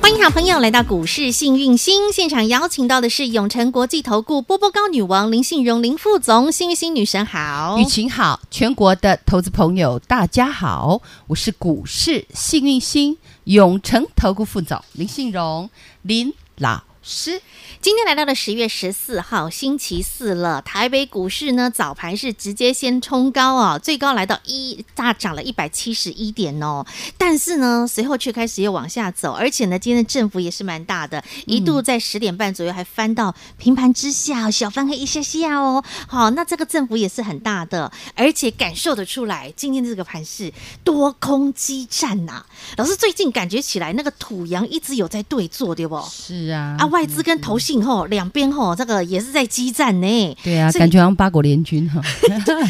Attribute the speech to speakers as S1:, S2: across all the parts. S1: 欢迎好朋友来到股市幸运星现场，邀请到的是永诚国际投顾波波高女王林信荣林副总，幸运星女神好
S2: 雨。晴好，全国的投资朋友大家好，我是股市幸运星永诚投顾副总林信荣林老师。
S1: 今天来到了十月十四号星期四了，台北股市呢早盘是直接先冲高啊，最高来到一大涨了一百七十一点哦，但是呢随后却开始又往下走，而且呢今天的振幅也是蛮大的，一度在十点半左右还翻到平盘之下，小翻黑一下下哦。好，那这个振幅也是很大的，而且感受得出来，今天这个盘是多空激战呐、老师最近感觉起来那个土洋一直有在对坐，对不？
S2: 是啊
S1: 啊，外资跟投信吼两边吼，这个也是在激战 呢。
S2: 对啊，
S1: 所以
S2: 感觉好像八国联军哈。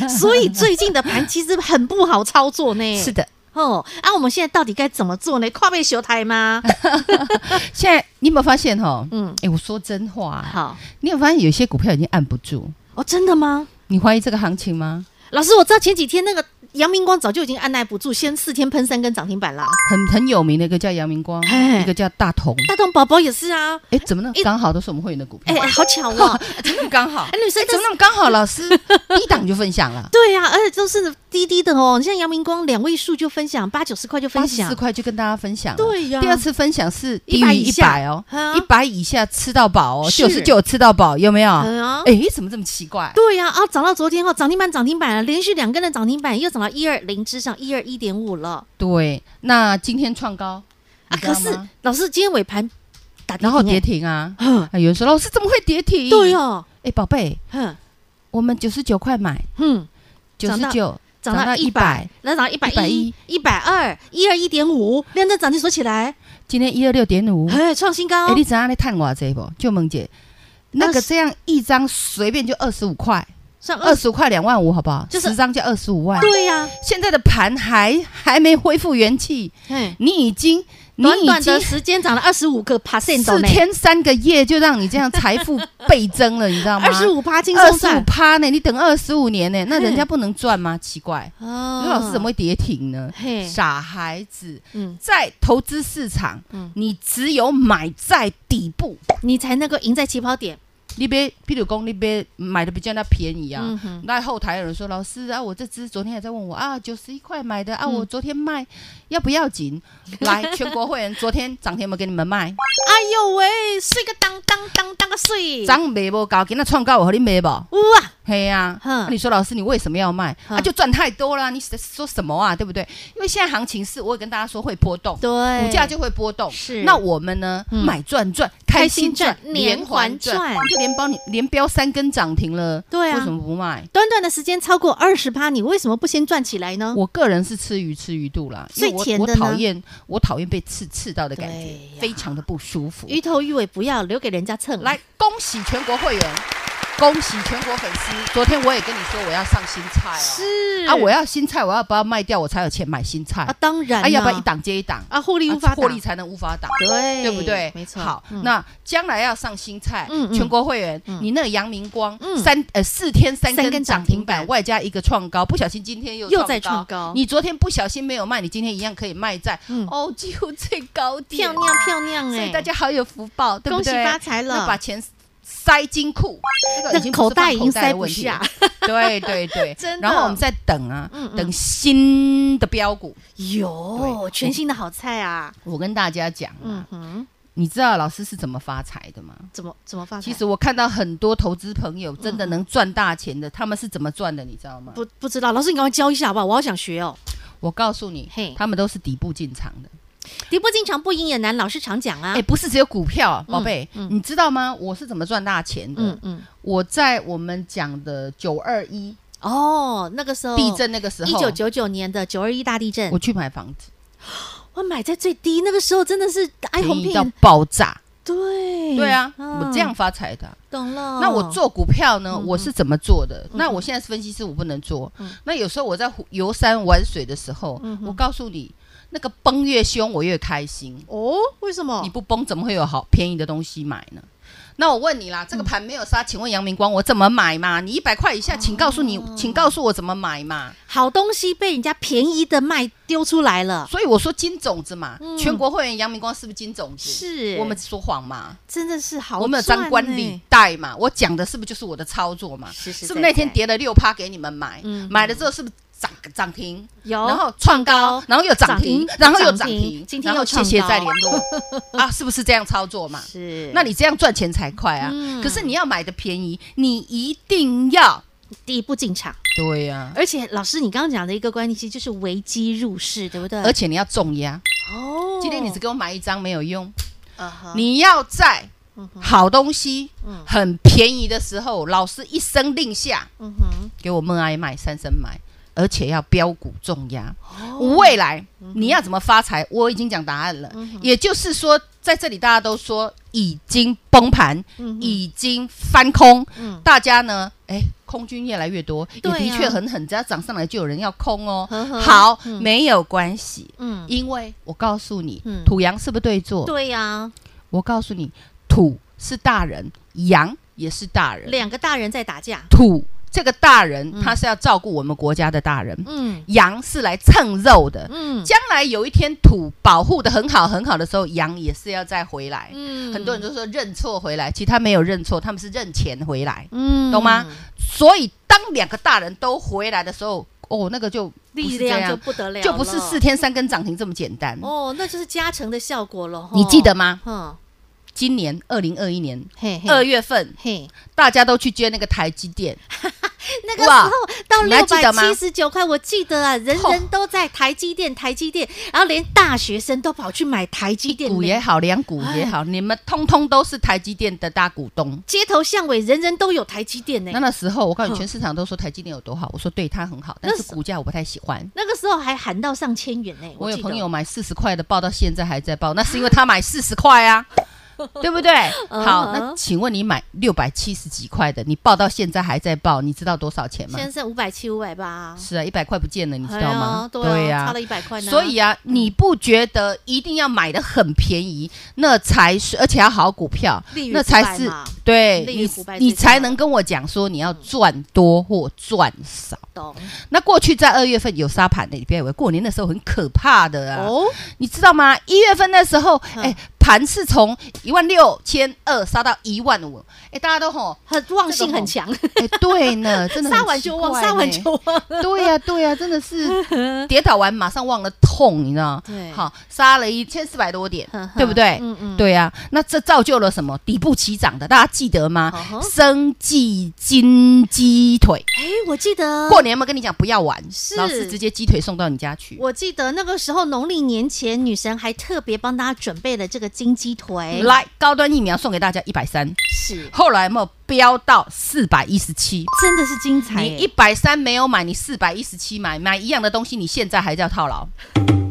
S1: 所以最近的盘其实很不好操作呢。
S2: 是的，
S1: 哦，啊，我们现在到底该怎么做呢？跨背修台 吗？
S2: 现在你有没有发现哈？
S1: 嗯
S2: 嗯，哎，我说真话，
S1: 好，
S2: 你有发现有些股票已经按不住？
S1: 哦，真的吗？
S2: 你怀疑这个行情吗？
S1: 老师，我知道前几天那个阳明光早就已经按耐不住，先四天喷三根涨停板啦。
S2: 很很有名的一个叫阳明光，
S1: 嘿
S2: 一个叫大同。
S1: 大同宝宝也是啊，
S2: 哎，怎么呢
S1: 哎？
S2: 刚好都是我们会员的股票
S1: 哎、，哎好巧哦。
S2: 怎么那么刚好？
S1: 哎女生
S2: 哎怎么那么刚好？老 师一档就分享了。
S1: 对呀、啊，而且都是滴滴的哦。你像阳明光两位数就分享八九十块就分
S2: 八十
S1: 享
S2: 四，块就跟大家分享了。
S1: 对啊呀
S2: 第二次分享是低于
S1: 100以
S2: 一
S1: 下
S2: 百哦
S1: 啊，
S2: 一百以下吃到饱哦，
S1: 是
S2: 九十九吃到饱，有没有？
S1: 哎呀
S2: 哎，怎么这么奇怪？
S1: 对呀、啊，涨到昨天哦，涨停板涨停板了，连续两根的涨停板，又涨到一二零之上，一二一点五了
S2: 对，那今天创高
S1: 啊！
S2: 你知
S1: 可
S2: 道
S1: 是
S2: 吗
S1: 老师今天尾盘打跌停、欸
S2: 然后跌停啊，
S1: 哼，
S2: 哎有人说老师怎么会跌停？
S1: 对，哦，
S2: 哎，宝贝，
S1: 哼
S2: 我们九十九块买，
S1: 哼，
S2: 九
S1: 涨
S2: 十
S1: 到
S2: 九
S1: 涨到一百，，然后涨到一百一
S2: 110、
S1: 一百二、一二一点五，量增涨停锁起来，
S2: 今天一二六点五。
S1: 哎，创新高
S2: 哎，，你怎样来探我这一波？就萌姐，那个
S1: 20
S2: 这样一张随便就二十五块，
S1: 上
S2: 二
S1: 二，
S2: 十五块两万五，好不好？
S1: 嗯就是
S2: 十张就二十五万。
S1: 对呀，
S2: 现在的盘还还没恢复元气，
S1: 哎，
S2: 你已经你
S1: 短
S2: 已
S1: 短的
S2: 经
S1: 时间涨了二十五个 percent
S2: 四
S1: 呢，
S2: 天三个月就让你这样财富倍增了，你知道吗？
S1: 二十五趴轻
S2: 二
S1: 松
S2: 十五
S1: 赚，
S2: 趴呢，你等二十五年呢，那人家不能赚吗？奇怪，
S1: 哦
S2: 刘老师怎么？会跌停呢？
S1: 嘿，
S2: 傻孩子，
S1: 嗯，
S2: 在投资市场
S1: 嗯，
S2: 你只有买在底部。
S1: 你才能够赢在起跑点，
S2: 你别，比如讲，你别买的比较那便宜啊
S1: 嗯。哼，
S2: 那后台有人说：“老师啊，我这只昨天还在问我啊，九十一块买的啊，
S1: 嗯
S2: 我昨天卖要不 要紧？来，全国会员昨天涨停有没有给你们卖？
S1: 哎呦喂，睡个当当当当个睡，
S2: 涨没不高，给那创高我和你买不？
S1: 哇，
S2: 嘿呀、
S1: 哼
S2: 那、你说老师你为什么要卖？
S1: 哼
S2: 啊，就赚太多了，你说什么啊？对不对？因为现在行情是我也跟大家说会波动，
S1: 对，
S2: 股价就会波动。
S1: 是
S2: 那我们呢？
S1: 嗯
S2: 买赚赚，
S1: 开
S2: 开
S1: 心
S2: 心赚，
S1: 赚连环赚
S2: 就连包你连标三根涨停了，
S1: 对啊
S2: 为什么不卖？
S1: 短短的时间超过二十趴，你为什么不先赚起来呢？
S2: 我个人是吃鱼吃鱼肚啦，因
S1: 最
S2: 为我
S1: 嗯甜
S2: 我
S1: 的呢
S2: 讨厌我讨厌被刺刺到的感觉
S1: 对呀，
S2: 非常的不舒服。
S1: 鱼头鱼尾不要留给人家蹭，
S2: 来，恭喜全国会员，恭喜全国粉丝！昨天我也跟你说我要上新菜哦，
S1: 是
S2: 啊，我要新菜，我要把它卖掉，我才有钱买新菜
S1: 啊，。当然啦，
S2: 啊，要不然一档接一档，
S1: 啊，获利无法
S2: 啊获利
S1: 挡，
S2: 才能无法挡，
S1: 对
S2: 对不对？
S1: 没错，
S2: 好，
S1: 嗯
S2: 那将来要上新菜
S1: 嗯，嗯
S2: 全国会员
S1: 嗯，
S2: 你那个阳明光
S1: 嗯
S2: 三呃四天三
S1: 三根
S2: 根
S1: 涨
S2: 涨
S1: 停
S2: 停
S1: 板
S2: 板，外加一个创高，不小心今天又
S1: 又在创高
S2: 你昨天不小心没有卖，你今天一样可以卖在
S1: 嗯
S2: 哦几乎最高点
S1: 漂，亮漂亮哎，
S2: 所以大家好有福报，对不
S1: 恭喜
S2: 对？
S1: 发财了
S2: 那把钱塞金库，那个已
S1: 那
S2: 经
S1: 口
S2: 不是放
S1: 袋已经塞
S2: 的
S1: 不
S2: 问题
S1: 下
S2: 了，对对 对，
S1: 真的
S2: 然后我们再等啊
S1: 嗯嗯，
S2: 等新的标股。
S1: 有
S2: 对
S1: 全新的好菜啊，
S2: 我跟大家讲
S1: 嗯
S2: 啊，
S1: 哼，
S2: 你知道老师是怎么发财的吗？
S1: 怎么怎么发财？
S2: 其实我看到很多投资朋友真的能赚大钱的，他们是怎么赚的，你知道吗？
S1: 不不知道，老师你赶快教一下好不好？我好想学哦。
S2: 我告诉你
S1: 嘿，
S2: 他们都是底部进场的。
S1: 底部进场不赢也难，老师常讲啊
S2: 哎，。不是只有股票，
S1: 嗯
S2: 宝贝，
S1: 嗯
S2: 你知道吗？我是怎么赚大钱的
S1: 嗯？嗯，
S2: 我在我们讲的九二一
S1: 哦，那个时候
S2: 地震那个时
S1: 一
S2: 候
S1: 九，九嗯九年的九二一大地震，
S2: 我
S1: 我
S2: 去买房子，
S1: 买在最低，那个时候真的是哀
S2: 便
S1: 鸿
S2: 宜
S1: 遍
S2: 到爆炸。
S1: 对，对
S2: 对啊，
S1: 哎嗯
S2: 我这样发财的啊。
S1: 懂了。
S2: 那我做股票呢，
S1: 嗯
S2: 我是怎么做的？那我现在是分析师，我不能做。那有时候我在湖游山玩水的时候，
S1: 嗯
S2: 我告诉你，那个崩越凶，我越开心。
S1: 哦，为什么
S2: 你？不崩，怎么会有好便宜的东西买呢？那我问你啦，这个盘没有杀，请问阳明光我怎么买嘛？你一百块以
S1: 哦
S2: 下，请告诉你，请告诉我怎么买嘛？
S1: 好东西被人家便宜的卖丢出来了，
S2: 所以我说金种子嘛，
S1: 嗯
S2: 全国会员阳明光是不是金种子？
S1: 是
S2: 我们说谎嘛？
S1: 真的是好、欸
S2: 我们有张冠李，戴嘛？我讲的是不是就是我的操作嘛？
S1: 实实
S2: 是不是那天
S1: 在在
S2: 跌了六趴给你们买？
S1: 嗯
S2: 买了之后是不是涨涨停？
S1: 有，
S2: 然后创高
S1: 高，
S2: 然后又涨停
S1: 涨停，
S2: 然后又
S1: 涨
S2: 涨
S1: 停
S2: 停，
S1: 今天
S2: 然后
S1: 又创
S2: 谢谢
S1: 高
S2: 再联络啊，是不是这样操作嘛？
S1: 是，
S2: 那你这样赚钱才快啊！
S1: 嗯
S2: 可是你要买的便宜，你一定要
S1: 第一步进场，
S2: 对呀、
S1: 而且老师你刚刚讲的一个关键其实就是危机入市，对不对？
S2: 而且你要重压。
S1: 哦，
S2: 今天你只给我买一张没有用，
S1: 啊哈
S2: 你要在好东西很便宜的时候，老师一声令下，
S1: 嗯哼，
S2: 给我闷爱买三声买，而且要标股重压。
S1: 哦
S2: 未来你要怎么发财，我已经讲答案了。
S1: 嗯
S2: 也就是说，在这里大家都说已经崩盘，
S1: 嗯
S2: 已经翻空，大家呢，哎，空军越来越多，也
S1: 对啊
S2: 的确很狠，只要涨上来就有人要空哦
S1: 呵呵。
S2: 好，没有关系，
S1: 嗯，
S2: 因为我告诉你
S1: 嗯，
S2: 土洋是不是对坐？
S1: 对呀、
S2: 我告诉你，土是大人，洋也是大人，
S1: 两个大人在打架，
S2: 土这个大人，他是要照顾我们国家的大人，
S1: 嗯
S2: 羊是来蹭肉的。
S1: 嗯
S2: 将来有一天土保护的很好很好的时候，羊也是要再回来。
S1: 嗯
S2: 很多人都说认错回来，其实他没有认错，他们是认钱回来，
S1: 嗯
S2: 懂吗？？所以当两个大人都回来的时候，哦，那个就不
S1: 力
S2: 是这
S1: 量就
S2: 样，
S1: 不得了了，
S2: 就不是四天三根涨停这么简单。
S1: 哦，那就是加成的效果了。吼
S2: 你记得？吗？
S1: 嗯，
S2: 今年二零二一年
S1: 嘿嘿，
S2: 二月份，
S1: 嘿，
S2: 大家都去接那个台积电，
S1: 那个时候到
S2: 你
S1: 六
S2: 还记
S1: 百
S2: 得吗
S1: 七十九块，我记得啊，人人都在台积电，台积电，然后连大学生都跑去买台积电，哎
S2: 股也好，两股也好，你们通通都是台积电的大股东。
S1: 街头巷尾人人都有台积电呢、
S2: 那那时候，我告诉
S1: 哼
S2: 你，全市场都说台积电有多好，我说对它很好，但
S1: 那
S2: 是
S1: 时
S2: 股价我不太喜欢。
S1: 那个时候还喊到上千元呢、
S2: 我有
S1: 记得
S2: 朋友买四十块的，报到现在还在报，那是因为他买四十块啊，对不对？
S1: 嗯哼
S2: 好，那请问你买六百七十几块的，你报到现在还在报，你知道多少钱吗？
S1: 现在剩五百七、五百八，
S2: 是啊，一百块不见了，你知道吗？
S1: 哎呀对啊，嗯
S2: 呀
S1: 差了一百块呢。
S2: 所以啊，你不觉得一定要买的很便宜，那才是，而且要好股票
S1: 利于，
S2: 那才
S1: 腐
S2: 是
S1: 败嘛
S2: 对
S1: 利于
S2: 你
S1: 腐败，最
S2: 你
S1: 重要
S2: 才能跟我讲说你要赚多或赚少。
S1: 懂
S2: 那过去在二月份有沙盘的，你不要以为过年的时候很可怕的啊，
S1: 哦，
S2: 你知道吗？一月份那时候，
S1: 嗯
S2: 哎、盘是从一万六千二杀到一万五，哎，大家都吼，
S1: 很忘性
S2: 这个
S1: 很强，
S2: 哎，对呢，真的很
S1: 杀完就忘，
S2: 奇怪呢
S1: 杀完就忘。
S2: 对呀、对呀、真的是跌倒完马上忘了痛，你知道吗？
S1: 对
S2: 好，杀了一千四百多点
S1: 呵呵，
S2: 对不对？
S1: 嗯嗯
S2: 对呀、那这造就了什么？底部起涨的，大家记得吗
S1: 嗯哼？
S2: 生计金鸡腿，
S1: 哎，我记得
S2: 过年有没有跟你讲不要玩？
S1: 是
S2: 老师直接鸡腿送到你家去。
S1: 我记得那个时候农历年前，女神还特别帮大家准备了这个金鸡腿，
S2: 来，高端疫苗送给大家一百三，
S1: 是
S2: 后来有没有飙到四百一十七？
S1: 真的是精彩
S2: 你
S1: 耶，
S2: 一百三没有买，你四百一十七买，买一样的东西，你现在还叫套牢，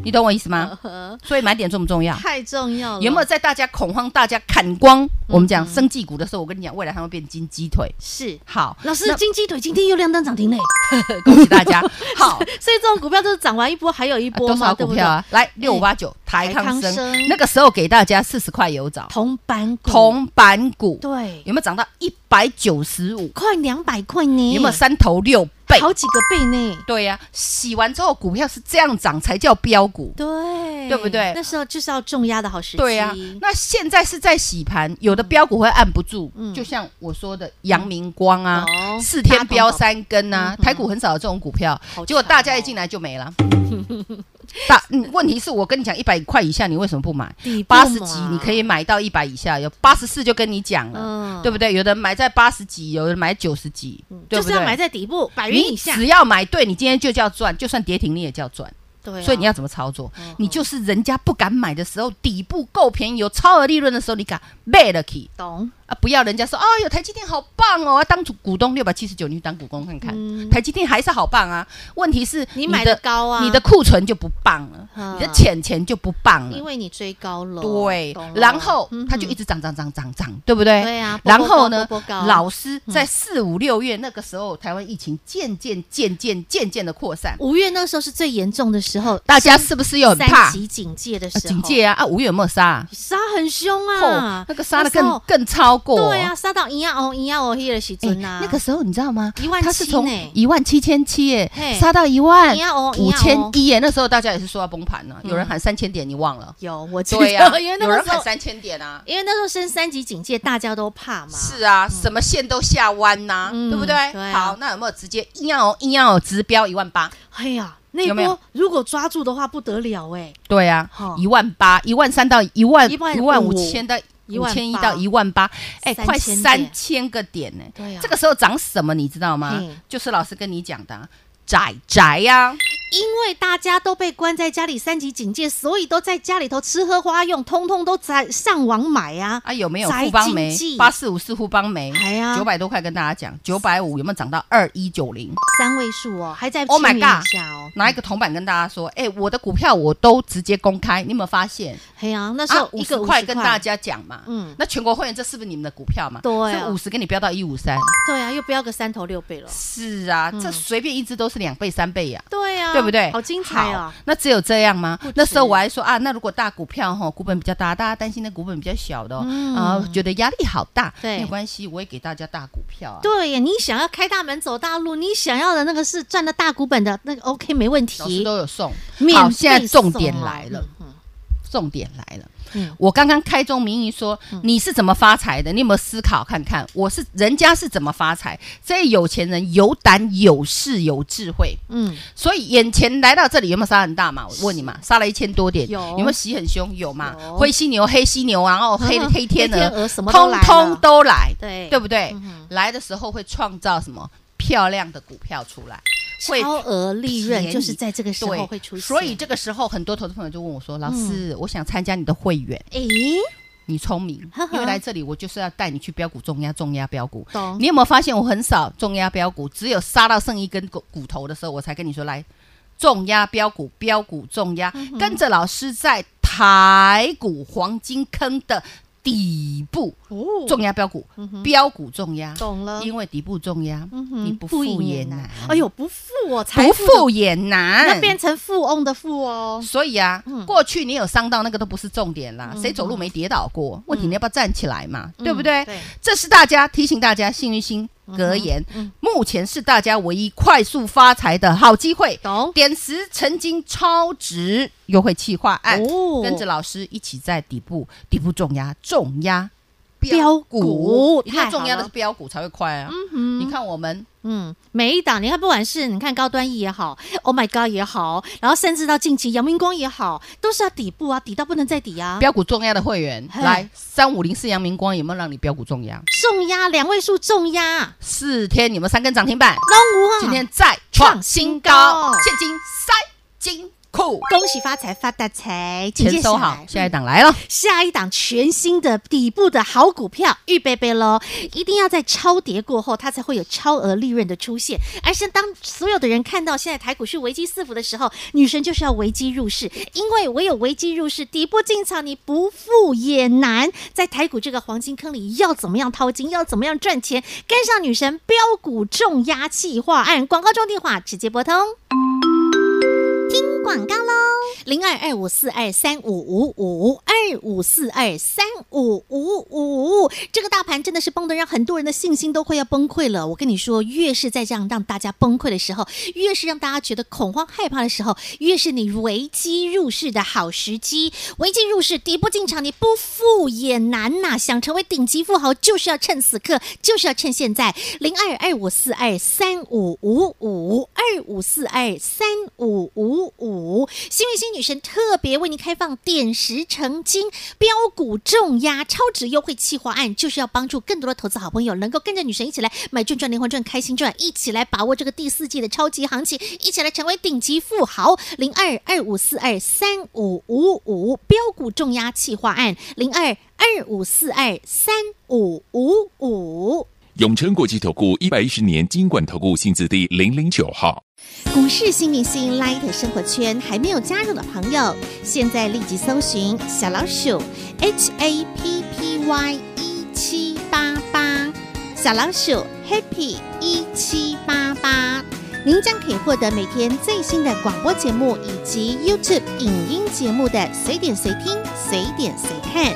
S2: 你懂我意思
S1: 嗯
S2: 吗？所以买点重不重要？
S1: 太重要了，
S2: 有没有在大家恐慌、大家砍光？
S1: 嗯
S2: 我们讲生技股的时候，我跟你讲，未来它会变金鸡腿。
S1: 是？
S2: 好，
S1: 老师，金鸡腿今天又亮灯涨停嘞，
S2: 那 恭喜大家。好，
S1: 所以这种股票就是涨完一波还有一
S2: 啊
S1: 波
S2: 多
S1: 嘛，
S2: 少
S1: 对
S2: 股
S1: 不
S2: 票
S1: 对？哎
S2: 啊？来，六五八九台
S1: 台
S2: 康
S1: 康生
S2: 生，那个时候给大家四十块油找，
S1: 铜板股，
S2: 铜板股
S1: 对，
S2: 有没有涨到一百九十五？
S1: 快两百块呢，
S2: 有没有三头六倍？
S1: 好几个倍呢？
S2: 对呀、洗完之后股票是这样涨才叫标股。
S1: 对，啊
S2: 对不对
S1: 那时候就是要重压的好时机，
S2: 对呀、那现在是在洗盘，有的标股会按不住，
S1: 嗯
S2: 就像我说的阳明光啊，
S1: 哦嗯
S2: 四天标三根呐、台股很少有这种股票，
S1: 好哦
S2: 结果
S1: 惨
S2: 大家
S1: 哦
S2: 一进来就没了。 大、嗯，问题是我跟你讲，一百块以下你为什么不买？
S1: 底部嘛
S2: 八十几你可以买到一百以下，有八十四就跟你讲了，
S1: 嗯
S2: 对不对？有的买在八十几，有人买九十几，对
S1: 就是
S2: 不对？
S1: 要买在底部百元以
S2: 你
S1: 下，
S2: 只要买对，你今天就叫赚，就算跌停你也叫赚。
S1: 对啊，嗯
S2: 所以你要怎么操作？你就是人家不敢买的时候，底部够便宜，有超额利润的时候，你敢卖了去
S1: 懂
S2: 啊，不要人家说，哎呦，台积电好棒哦，啊当主股东六百七十九，你去当股东看看，台积电还是好棒啊。问题是
S1: 嗯你买的高啊，
S2: 你的库存就不棒了，
S1: 嗯
S2: 你的钱钱就不棒
S1: 因
S2: 了。
S1: 为你追高了，
S2: 对
S1: 懂，了
S2: 然后
S1: 嗯
S2: 它就一直涨涨涨涨涨，对不对？
S1: 对啊
S2: 然后呢
S1: 波波高波波高，嗯
S2: 老师在四五六月那个时候，台湾疫情渐渐渐渐渐渐的扩散，
S1: 五月那时候是最严重的时候，
S2: 大家是不是又很怕
S1: 三级警戒的时
S2: 呃
S1: 候，
S2: 警戒啊？啊，五月有没有杀啊？
S1: 杀很凶
S2: 哦
S1: 啊，，
S2: 那个杀的
S1: 那时
S2: 更
S1: 候
S2: 更超过。
S1: 对啊，杀到一样哦一样哦，黑了时
S2: 哎，
S1: 尊啊，
S2: 那个时候你知道吗？
S1: 17,000
S2: 它是从
S1: 呢
S2: 一万七千七耶
S1: 嘿，
S2: 杀到一万
S1: 一样哦一
S2: 五
S1: 样
S2: 千
S1: 哦
S2: 一耶。那时候大家也是说要崩盘了，有人喊三千点，你 忘了？
S1: 有我知道，
S2: 对 呀，
S1: 啊因为那
S2: 有人
S1: 个时
S2: 喊
S1: 候，
S2: 三千点啊。
S1: 因为那时候升三级警戒，大家都怕嘛，
S2: 是啊，什么线都下弯呐，
S1: 嗯
S2: 对不对
S1: 对？啊
S2: 好，那有没有直接硬要哦硬要哦直标一万八？
S1: 哎呀，那
S2: 有没有
S1: 波如果抓住的话不得了哎，
S2: 对啊
S1: 好，
S2: 一万八、一万三到一万、
S1: 一万五
S2: 一万五千到
S1: 一
S2: 五
S1: 万八
S2: 千一到一万八，哎，
S1: 三千
S2: 快
S1: 点
S2: 三千个点呢、
S1: 对啊
S2: 这个时候涨什么你知道吗
S1: 嘿？
S2: 就是老师跟你讲的、啊，窄宅啊呀、
S1: 因为大家都被关在家里三级警戒，所以都在家里头吃喝花用，通通都在上网买啊。
S2: 啊，有没有
S1: 宅
S2: 富邦梅
S1: 经济
S2: 八四五四富邦梅
S1: 哎呀？
S2: 九百多块跟大家讲，九百五有没有涨到二一九零？
S1: 三位数哦，还在
S2: Oh my
S1: 清明
S2: God
S1: 一下哦。
S2: 拿一个铜板跟大家说，哎、我的股票我都直接公开，你有没有发现？
S1: 哎呀，那时
S2: 啊
S1: 候，
S2: 五
S1: 一
S2: 十
S1: 个
S2: 块
S1: 块
S2: 跟大，家讲嘛，
S1: 嗯
S2: 嗯，那全国会员这是不是你们的股票嘛？
S1: 对啊
S2: 五十给你标到一五三，
S1: 对啊，又不要个三头六臂了。
S2: 是啊，这随便一只都是两倍三倍呀、
S1: 对嗯啊，
S2: 对不对？
S1: 好精彩
S2: 好
S1: 啊！！
S2: 那只有这样吗
S1: 不？
S2: 那时候
S1: 止
S2: 我还说啊，那如果大股票哈，股本比较大，大家担心那股本比较小的哦
S1: 嗯
S2: 啊，觉得压力好大。
S1: 对
S2: 没有关系，我也给大家大股票啊。
S1: 对呀，你想要开大门走大路，你想要的那个是赚的大股本的那个 OK 没问
S2: 老师
S1: 题。
S2: 都有送。
S1: 免
S2: 好，
S1: 费
S2: 现在
S1: 送
S2: 重点
S1: 啊
S2: 来了，，
S1: 嗯
S2: 重点来了。
S1: 嗯
S2: 我刚刚开宗明义说你是怎么发财的，你有没有思考看看？我是人家是怎么发财？这些有钱人有胆有识有智慧，
S1: 嗯，
S2: 所以眼前来到这里有没有杀很大嘛？我问你嘛，杀了一千多点，
S1: 有
S2: 有没有洗很凶？有嘛
S1: 有？嗯
S2: 灰犀牛、黑犀牛，然后黑黑天
S1: 黑天
S2: 鹅，
S1: 鹅什么都
S2: 通
S1: 来了
S2: 通都来，
S1: 对
S2: 对不对
S1: 嗯哼？
S2: 来的时候会创造什么漂亮的股票出来？会
S1: 超额利润
S2: 便宜
S1: 就是在这个时
S2: 对
S1: 候会出现。嗯
S2: 所以这个时候很多投资朋友就问我说：“老师，我想参加你的会员，
S1: 诶，
S2: 你聪明
S1: 呵，呵
S2: 因为来这里我就是要带你去标股重压重压标股。”
S1: 懂
S2: 你有没有发现我很少重压标股，只有杀到剩一根骨骨头的时候，我才跟你说来重压标股，标股重压，
S1: 嗯
S2: 跟着老师在台股黄金坑的底部
S1: 哦
S2: 重压标股，标股重压，
S1: 懂了，
S2: 因为底部重压，
S1: 呃嗯哼
S2: 你不富也难，
S1: 哎呦，不富哦，财
S2: 不
S1: 富
S2: 富
S1: 的
S2: 也
S1: 那
S2: 难。
S1: 变成富翁的富哦，
S2: 所以啊，过去你有伤到那个都不是重点啦，
S1: 嗯
S2: 谁走路没跌倒过？问题你要不要站起来嘛，对不嗯对？
S1: 对
S2: 这是大家提醒大家幸运星格言，
S1: 嗯
S2: 目前是大家唯一快速发财的好机会。
S1: 懂
S2: 点石成金超值优惠企划案，
S1: 哦
S2: 跟着老师一起在底部底部重压重压
S1: 标股
S2: 一定要
S1: 太好
S2: 重压的
S1: 了
S2: 是标股才会快啊！你看我们
S1: 嗯，每一档你看，不管是你看高端 E 也好，Oh my God 也好，然后甚至到近期阳明光也好，都是要底部啊，底到不能再底啊，
S2: 标股重压的会员
S1: 嘿
S2: 来三五零四阳明光有没有让你标股重压？
S1: 重压两位数重压，
S2: 四天有没有三根涨停板？
S1: 龙五啊，
S2: 今天再创
S1: 创
S2: 新高
S1: 新高，
S2: 现金塞金库，
S1: 恭喜发财发大财，紧接
S2: 钱
S1: 下
S2: 收
S1: 来
S2: 好，下一档来
S1: 嗯
S2: 了。
S1: 下一档全新的底部的好股票，预备备喽！一定要在超跌过后，它才会有超额利润的出现。而是当所有的人看到现在台股是危机四伏的时候，女神就是要危机入市，因为唯有危机入市，底部进场你不富也难。在台股这个黄金坑里，要怎么样淘金，要怎么样赚钱，跟上女神标股重压计划案，广告中电话直接拨通。广告喽，零二二五四二三五五五二五四二三五五五。这个大盘真的是崩的，让很多人的信心都快要崩溃了。我跟你说，越是在这样让大家崩溃的时候，越是让大家觉得恐慌害怕的时候，越是你危机入市的好时机。危机入市，底部进场，你不富也难呐、想成为顶级富豪，就是要趁此刻，就是要趁现在。零二二五四二三五五五二五四二三五五五。幸运星女神特别为您开放点石成金标股重压超值优惠企划案，就是要帮助更多的投资好朋友能够跟着女神一起来买赚赚、连环赚、开心赚，一起来把握这个第四季的超级行情，一起来成为顶级富豪。零二二五四二三五五五标股重压企划案零二二五四二三五五五。
S3: 永诚国际投顾一百一十年金管投顾性质第零零九号。
S1: 股市新明星 Light 生活圈还没有加入的朋友，现在立即搜寻小老鼠 HAPPY 一 E 七八八，小老鼠 Happy 一七八八，您将可以获得每天最新的广播节目以及 YouTube 影音节目的随点随听、随点随看。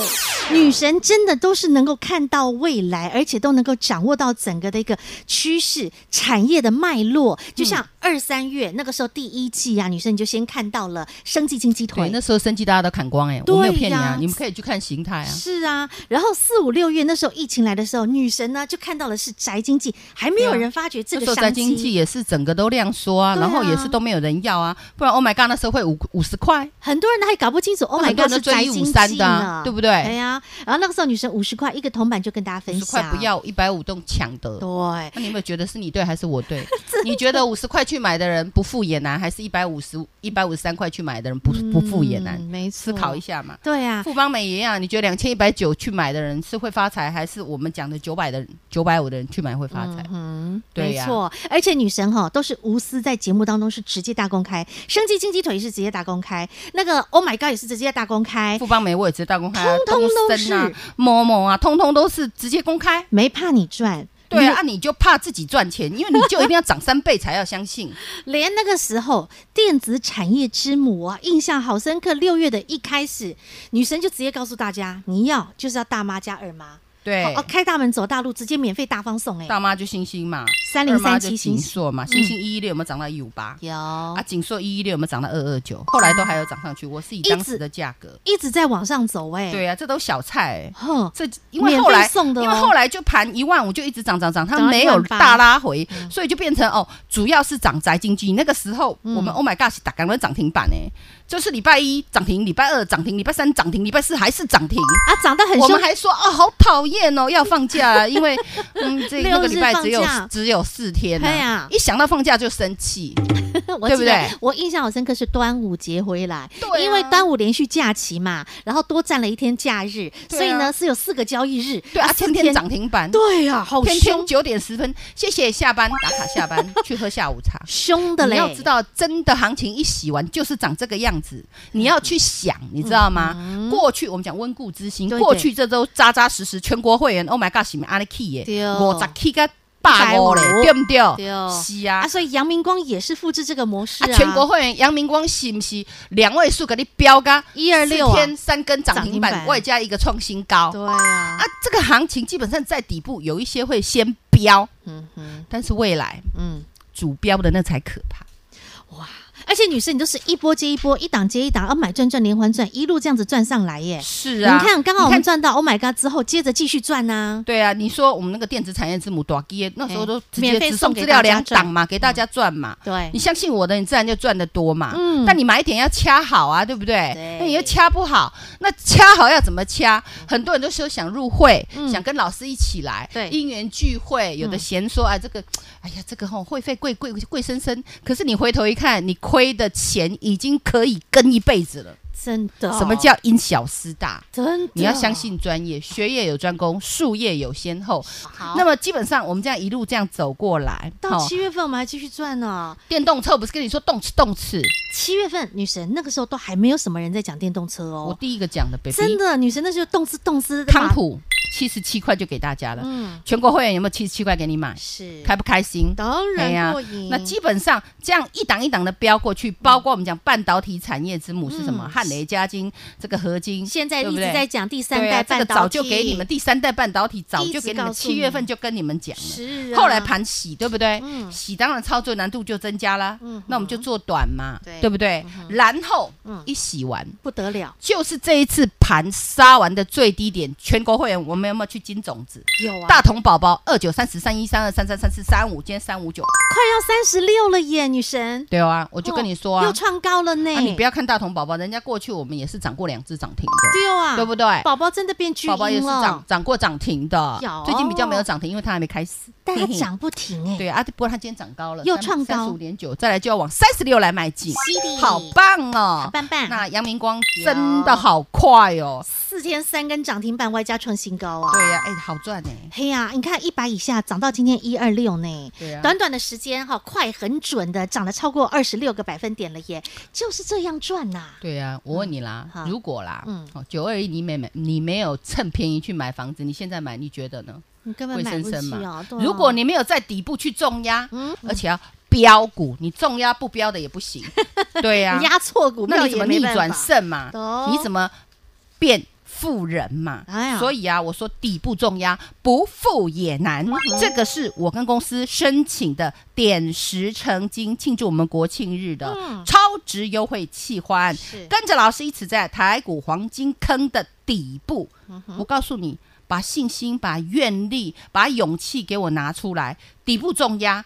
S4: Go！
S1: 女神真的都是能够看到未来，而且都能够掌握到整个的一个趋势、产业的脉络。就像二三月那个时候第一季啊，女神你就先看到了生技金鸡
S2: 对，
S1: 腿。
S2: 那时候生计大家都砍光哎、
S1: 对
S2: 我没有骗你啊
S1: 呀，
S2: 你们可以去看形态啊。
S1: 是啊，然后四五六月那时候疫情来的时候，女神呢就看到了是宅经济，还没有
S2: 对啊
S1: 人发觉这
S2: 那
S1: 个
S2: 时候
S1: 商
S2: 宅
S1: 机。
S2: 经济也是整个都量缩啊，
S1: 对啊
S2: 然后也是都没有人要啊，不然 Oh my God，那时候会五五十块，
S1: 很多人还搞不清楚，Oh my
S2: 很多
S1: god，
S2: 人
S1: 是
S2: 追
S1: 宅
S2: 一
S1: 经
S2: 五
S1: 济
S2: 三的啊
S1: 呢，哎
S2: 对不对
S1: 对呀、然后那个时候女神五十块一个铜板就跟大家分
S2: 五十
S1: 享，
S2: 块不。要，一百五都抢的。
S1: 对，
S2: 那你有没有觉得是你对还是我 对？你觉得五十块去买的人不付也难，还是一百五十一百五十三块去买的人不不付也难
S1: 嗯？没错
S2: 思考一下嘛。
S1: 对啊，
S2: 富邦美一样，你觉得两千一百九去买的人是会发财，还是我们讲的九百的九百五的人去买会发财？
S1: 嗯，
S2: 对啊
S1: 没
S2: 呀
S1: 错，而且女神哈都是无私，在节目当中是直接大公开，生计金鸡腿也是直接大公开，那个 Oh my God 也是直接大公开，
S2: 富邦美我也直接大公开啊，
S1: 通通都
S2: 东森啊、某某啊，通通都是直接公开。
S1: 没怕你赚，
S2: 对
S1: 你
S2: 啊，啊你就怕自己赚钱，因为你就一定要涨三倍才要相信。
S1: 连那个时候电子产业之母啊，印象好深刻。六月的一开始，女神就直接告诉大家，你要就是要大妈加二妈，
S2: 对，
S1: 哦，开大门走大路，直接免费大方送哎、
S2: 大妈就星星嘛，
S1: 三零
S2: 二妈
S1: 三
S2: 就
S1: 七星嗯
S2: 紧缩嘛，星星一一六有没有涨到一五八？
S1: 有、
S2: 啊，紧缩一一六有没有涨到二二九？后来都还有涨上去，我是以
S1: 直
S2: 当时的价格。
S1: 一直在往上走哎、，
S2: 对啊，这都小菜、欸。
S1: 哼，啊
S2: 这因为后
S1: 免
S2: 来
S1: 费送的哦
S2: 因为后来就盘一万五就一直涨涨涨，它
S1: 涨到
S2: 没有
S1: 18000
S2: 大拉回，
S1: 嗯
S2: 所以就变成哦，主要是涨宅经济。那个时候
S1: 嗯
S2: 我们 Oh my God 是打港的涨停板哎、就是礼拜一涨停，礼拜二涨停，礼拜三涨停，礼拜四还是涨停。
S1: 啊，涨得很
S2: 我
S1: 凶
S2: 们，还说哦，好讨厌哦，要放假啊，因为嗯，这
S1: 六
S2: 那个
S1: 日
S2: 礼拜只有
S1: 放假
S2: 只有四天、
S1: 对啊
S2: 一想到放假就生气，
S1: 我
S2: 对
S1: 记得
S2: 不对
S1: 我印象好深刻是端午节回来，
S2: 对啊
S1: 因为端午连续假期嘛，然后多占了一天假日，
S2: 对啊
S1: 所以呢是有四个交易日，
S2: 对啊，
S1: 四
S2: 天天涨，停板，
S1: 对呀、好
S2: 天
S1: 凶
S2: 天九点十分，谢谢下班打卡下班去喝下午茶。
S1: 凶的嘞，
S2: 你要知道，真的行情一洗完就是长这个样子。
S1: 嗯
S2: 你要去想，你知道吗？过去我们讲温故知新，
S1: 对对
S2: 过去这都扎扎实实全国会员，Oh my God，什么阿里 key
S1: 对
S2: 耶，我十 key 个百
S1: 150
S2: 五嘞，对不对？
S1: 对
S2: 是啊
S1: 啊，，所以阳明光也是复制这个模式
S2: 啊，全国会员杨明光是不是两位数给你标个
S1: 126啊
S2: 天三根涨停
S1: 涨停板
S2: 板，外加一个创新高
S1: 对啊
S2: 啊，！这个行情基本上在底部有一些会先标，
S1: 嗯哼，
S2: 但是未来
S1: 嗯，
S2: 主标的那才可怕。
S1: 而且女生你都是一波接一波，一档接一档，啊，买赚赚连环赚，一路这样子赚上来耶。
S2: 是啊
S1: 你看，刚好我们赚到 Oh my God 之后，接着继续赚呐、
S2: 对啊，你说我们那个电子产业之母短基，那时候都直
S1: 哎免
S2: 接
S1: 费
S2: 只
S1: 送
S2: 送
S1: 给
S2: 资料
S1: 大家
S2: 两
S1: 赚嗯
S2: 档嘛，给大家赚嘛。
S1: 对
S2: 你，相信我的，你自然就赚得多嘛。
S1: 嗯
S2: 但你买点要掐好啊，对不对？
S1: 对
S2: 那你又掐不好，那掐好要怎么掐？很多人都说想入会，
S1: 嗯
S2: 想跟老师一起来，
S1: 对嗯
S2: 因缘聚会。有的嫌说，哎，这个，哎呀，这个吼会费贵贵贵生生。可是你回头一看，你亏的钱已经可以跟一辈子了。
S1: 真的。
S2: 什么叫因小失大？
S1: 哦真的？哦
S2: 你要相。信专业，学业有专攻，术业有先后。
S1: 好，
S2: 那么基本上我们这样一路这样走过来，
S1: 到
S2: 哦
S1: 七月份我们还继续赚呢。
S2: 电动车不是跟你说动次动次，
S1: 七月份女神那个时候都还没有什么人在讲电动车
S2: 我
S1: 哦，
S2: 第一个讲的 baby，
S1: 真的，女神那时候动次动次的
S2: 康普七十七块就给大家了。
S1: 嗯，
S2: 全国会员有没有七十七块给你买？
S1: 是，
S2: 开不开心？
S1: 当
S2: 哎
S1: 然过瘾。
S2: 那基本上这样一档一档的标过去，包括我们讲半导体产业之母是什么？
S1: 嗯
S2: 汉雷、嘉金、这个合金，
S1: 现在
S2: 对
S1: 一
S2: 不
S1: 直
S2: 对
S1: 在讲第三
S2: 对
S1: 代
S2: 啊，这
S1: 半
S2: 个
S1: 导
S2: 早
S1: 体，
S2: 就给你们第三代半导体，早
S1: 一直
S2: 就给你
S1: 告
S2: 们
S1: 诉你
S2: 七月份就跟你们讲了。
S1: 是啊
S2: 后来盘洗，对不对？
S1: 嗯
S2: 洗当然操作难度就增加啦。
S1: 嗯哼
S2: 那我们就做短嘛，
S1: 对
S2: 不对？然后
S1: 嗯
S2: 一洗完，
S1: 不得了，
S2: 就是这一次盘杀完的最低点，全国会员我们有没有去金种子？
S1: 有啊，
S2: 大同宝宝二九三十三一三二三三三四三五，今天三五九，
S1: 快要三十六了耶，女神。
S2: 对啊，我就跟你说
S1: 哦
S2: 啊
S1: 又，欸创高了呢。
S2: 啊你不要看大同宝宝，人家过去我们也是涨过两只涨停的，
S1: 丢啊，
S2: 对不对？
S1: 宝宝真的变巨婴
S2: 宝宝也是涨
S1: 了，
S2: 涨过涨停的
S1: 有，
S2: 最近比较没有涨停，因为它还没开始。
S1: 但它
S2: 嘿嘿
S1: 涨不停哎、
S2: 对啊，不过它今天涨高了，
S1: 又创高
S2: 三十五点九，再来就要往三十六来迈进，
S1: 是的
S2: 好棒哦！
S1: 半半
S2: 那阳明光真的好快哦，
S1: 四天三根涨停板，外加创新高啊！
S2: 对呀、哎，好赚哎，
S1: 嘿呀、你看一百以下涨到今天一二六呢，
S2: 对啊呀
S1: 短短的时间哈、快很准的涨了超过二十六个百分点了耶，就是这样赚呐、
S2: 对呀、我问你啦
S1: 好，
S2: 如果啦哦
S1: 嗯，
S2: 九二一你没买，你没有趁便宜去买房子，你现在买，你觉得呢？
S1: 你根本
S2: 会
S1: 买
S2: 生
S1: 不
S2: 生
S1: 起
S2: 嘛
S1: 哦。对啊
S2: 如果你没有在底部去重压，
S1: 嗯
S2: 而且要标股，你重压不标的也 不行，对呀、
S1: 压错股
S2: 啊那
S1: 票
S2: 你怎
S1: 也
S2: 么
S1: 没
S2: 逆
S1: 办
S2: 转
S1: 法，
S2: 胜嘛
S1: 懂？
S2: 你怎么变富人嘛？
S1: 哎呀
S2: 所以啊，我说底部重压不富也难，
S1: 嗯
S2: 这个是我跟公司申请的点石成金庆祝我们国庆日的
S1: 嗯
S2: 超值优惠企划案
S1: 是，
S2: 跟着老师一起在台股黄金坑的底部，
S1: 嗯
S2: 我告诉你。把信心、把愿力、把勇气给我拿出来！底部重压、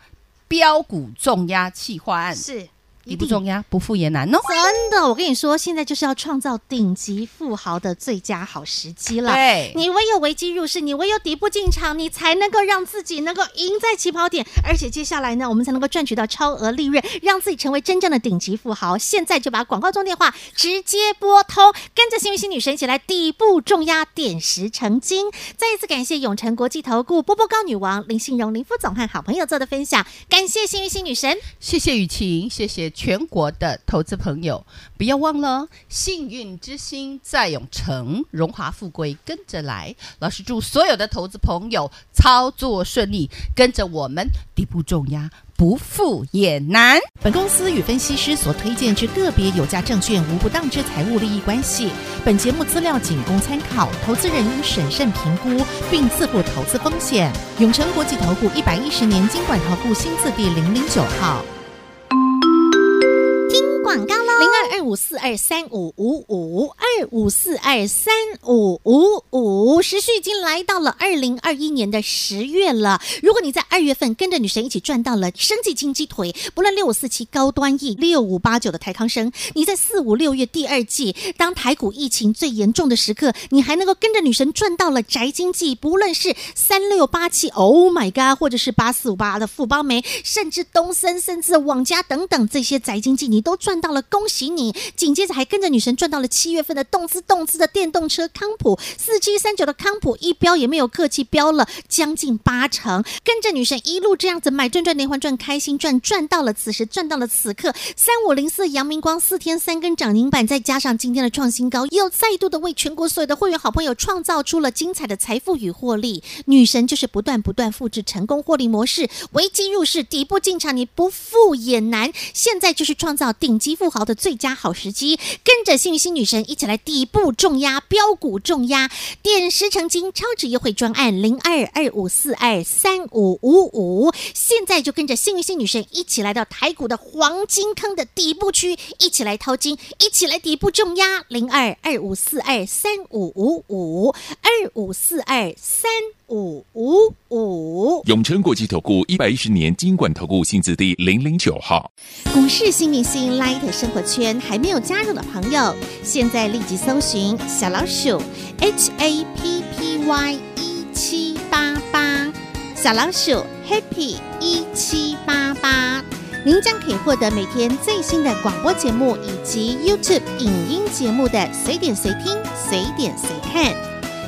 S2: 标股重压企划案，
S1: 是
S2: 底
S1: 一
S2: 部
S1: 定
S2: 重压不富也难哦。
S1: 真的，我跟你说，现在就是要创造顶级富豪的最佳好时机了。
S2: 对
S1: 你唯有危机入市，你唯有底部进场，你才能够让自己能够赢在起跑点，而且接下来呢，我们才能够赚取到超额利润，让自己成为真正的顶级富豪。现在就把广告中电话直接拨通，跟着幸运星女神一起来底部重压，点石成金。再一次感谢永诚国际投顾波波高女王林信荣林副总和好朋友做的分享，感谢幸运星女神。
S2: 谢谢雨晴，谢谢全国的投资朋友，不要忘了，幸运之星在永城，荣华富贵跟着来。老师祝所有的投资朋友操作顺利，跟着我们底部重压，不富也难。
S5: 本公司与分析师所推荐之个别有价证券无不当之财务利益关系。本节目资料仅供参考，投资人应审慎评估并自负投资风险。永诚国际投顾一百一十年经管投顾新字第零零九号。
S1: 广告喽，零二二五四二三五五五二五四二三五五五，时序已经来到了二零二一年的十月了。如果你在二月份跟着女神一起赚到了生计金鸡腿，不论六五四七高端 E、六五八九的台康生，你在四五六月第二季，当台股疫情最严重的时刻，你还能够跟着女神赚到了宅经济，不论是三六八七，Oh my god，或者是八四五八的富邦梅，甚至东森，甚至网家等等这些宅经济，你都赚到了，恭喜你！紧接着还跟着女神赚到了七月份的动资动资的电动车康普四七三九的康普一标也没有客气标了将近八成，跟着女神一路这样子买赚赚连环赚开心赚赚到了此时赚到了此刻三五零四阳明光四天三根涨停板，再加上今天的创新高，又再度的为全国所有的会员好朋友创造出了精彩的财富与获利。女神就是不断不断复制成功获利模式，危机入市，底部进场，你不富也难。现在就是创造顶级富豪的最佳好时机，跟着幸运星女神一起来底部重压、标股重压，点石成金超值优惠专案零二二五四二三五五五，现在就跟着幸运星女神一起来到台股的黄金坑的底部区，一起来淘金，一起来底部重压零二二五四二三五五五二五四二三五五五。
S3: 永诚国际投顾一百一十年金管投顾性质第零零九号。
S1: 股市新明星 Light 生活圈还没有加入的朋友，现在立即搜寻小老鼠 HAPPY 一 E 七八八，小老鼠 Happy 一七八八，您将可以获得每天最新的广播节目以及 YouTube 影音节目的随点随听、随点随看。